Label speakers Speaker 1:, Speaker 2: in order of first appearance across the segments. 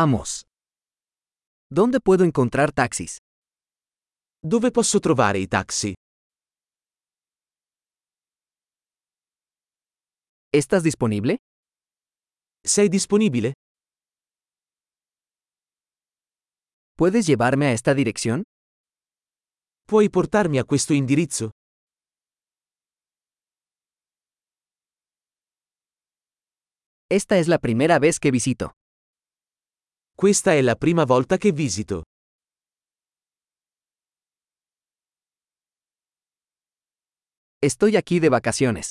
Speaker 1: Vamos. ¿Dónde puedo encontrar taxis?
Speaker 2: Dove posso trovare i taxi?
Speaker 1: ¿Estás disponible?
Speaker 2: Sei disponibile?
Speaker 1: ¿Puedes llevarme a esta dirección?
Speaker 2: Puoi portarmi a questo indirizzo?
Speaker 1: Esta es la primera vez que visito.
Speaker 2: Questa è la prima volta che visito.
Speaker 1: Estoy aquí de vacaciones.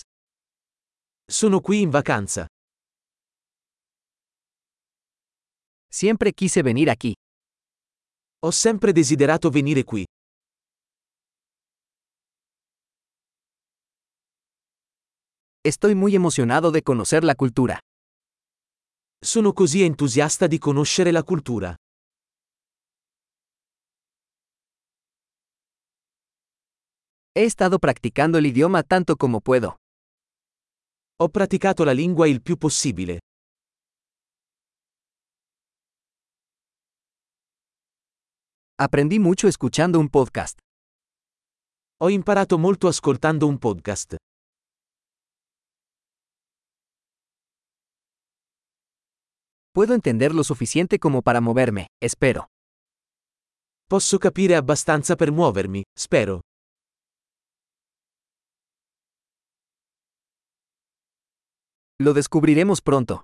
Speaker 2: Sono qui in vacanza.
Speaker 1: Siempre quise venir aquí.
Speaker 2: Ho sempre desiderato venire qui.
Speaker 1: Estoy muy emocionado de conocer la cultura.
Speaker 2: Sono così entusiasta di conoscere la cultura.
Speaker 1: He estado practicando el idioma tanto como puedo.
Speaker 2: Ho praticato la lingua il più possibile.
Speaker 1: Aprendí mucho escuchando un podcast.
Speaker 2: Ho imparato molto ascoltando un podcast.
Speaker 1: Puedo entender lo suficiente como para moverme, espero.
Speaker 2: Posso capire abbastanza per muovermi, spero.
Speaker 1: Lo descubriremos pronto.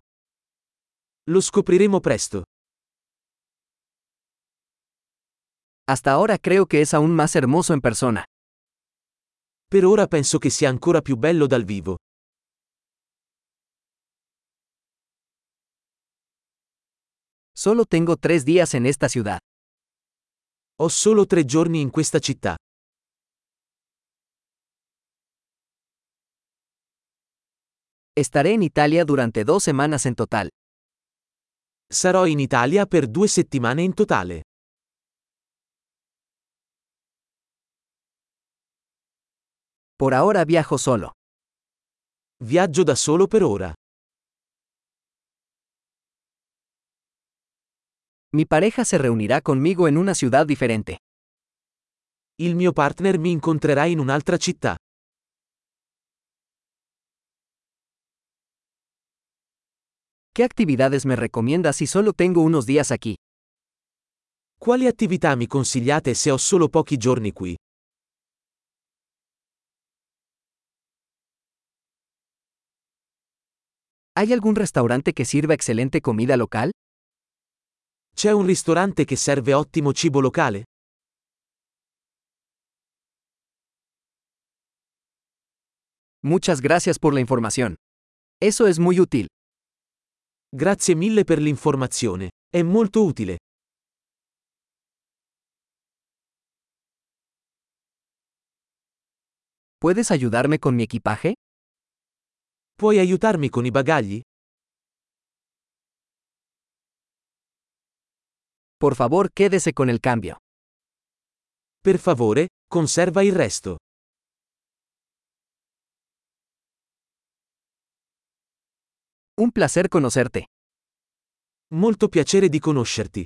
Speaker 2: Lo scopriremo presto.
Speaker 1: Hasta ahora creo que es aún más hermoso en persona.
Speaker 2: Per ora penso che sia ancora più bello dal vivo.
Speaker 1: Solo tengo tres días en esta ciudad.
Speaker 2: Ho solo tre giorni in questa città.
Speaker 1: Estaré en Italia durante dos semanas en total.
Speaker 2: Sarò in Italia per due settimane in totale.
Speaker 1: Por ahora viajo solo.
Speaker 2: Viaggio da solo per ora.
Speaker 1: Mi pareja se reunirá conmigo en una ciudad diferente.
Speaker 2: Il mio partner mi incontrerà in un'altra città.
Speaker 1: ¿Qué actividades me recomiendas si solo tengo unos días aquí?
Speaker 2: Quali attività mi consigliate se ho solo pochi giorni qui?
Speaker 1: ¿Hay algún restaurante que sirva excelente comida local?
Speaker 2: C'è un ristorante che serve ottimo cibo locale?
Speaker 1: Muchas gracias por la información. Eso es muy útil.
Speaker 2: Grazie mille per l'informazione. È molto utile.
Speaker 1: ¿Puedes ayudarme con mi equipaje?
Speaker 2: Puoi aiutarmi con i bagagli?
Speaker 1: Por favor, quédese con el cambio.
Speaker 2: Per favore, conserva il resto.
Speaker 1: Un placer conocerte.
Speaker 2: Molto piacere di conoscerti.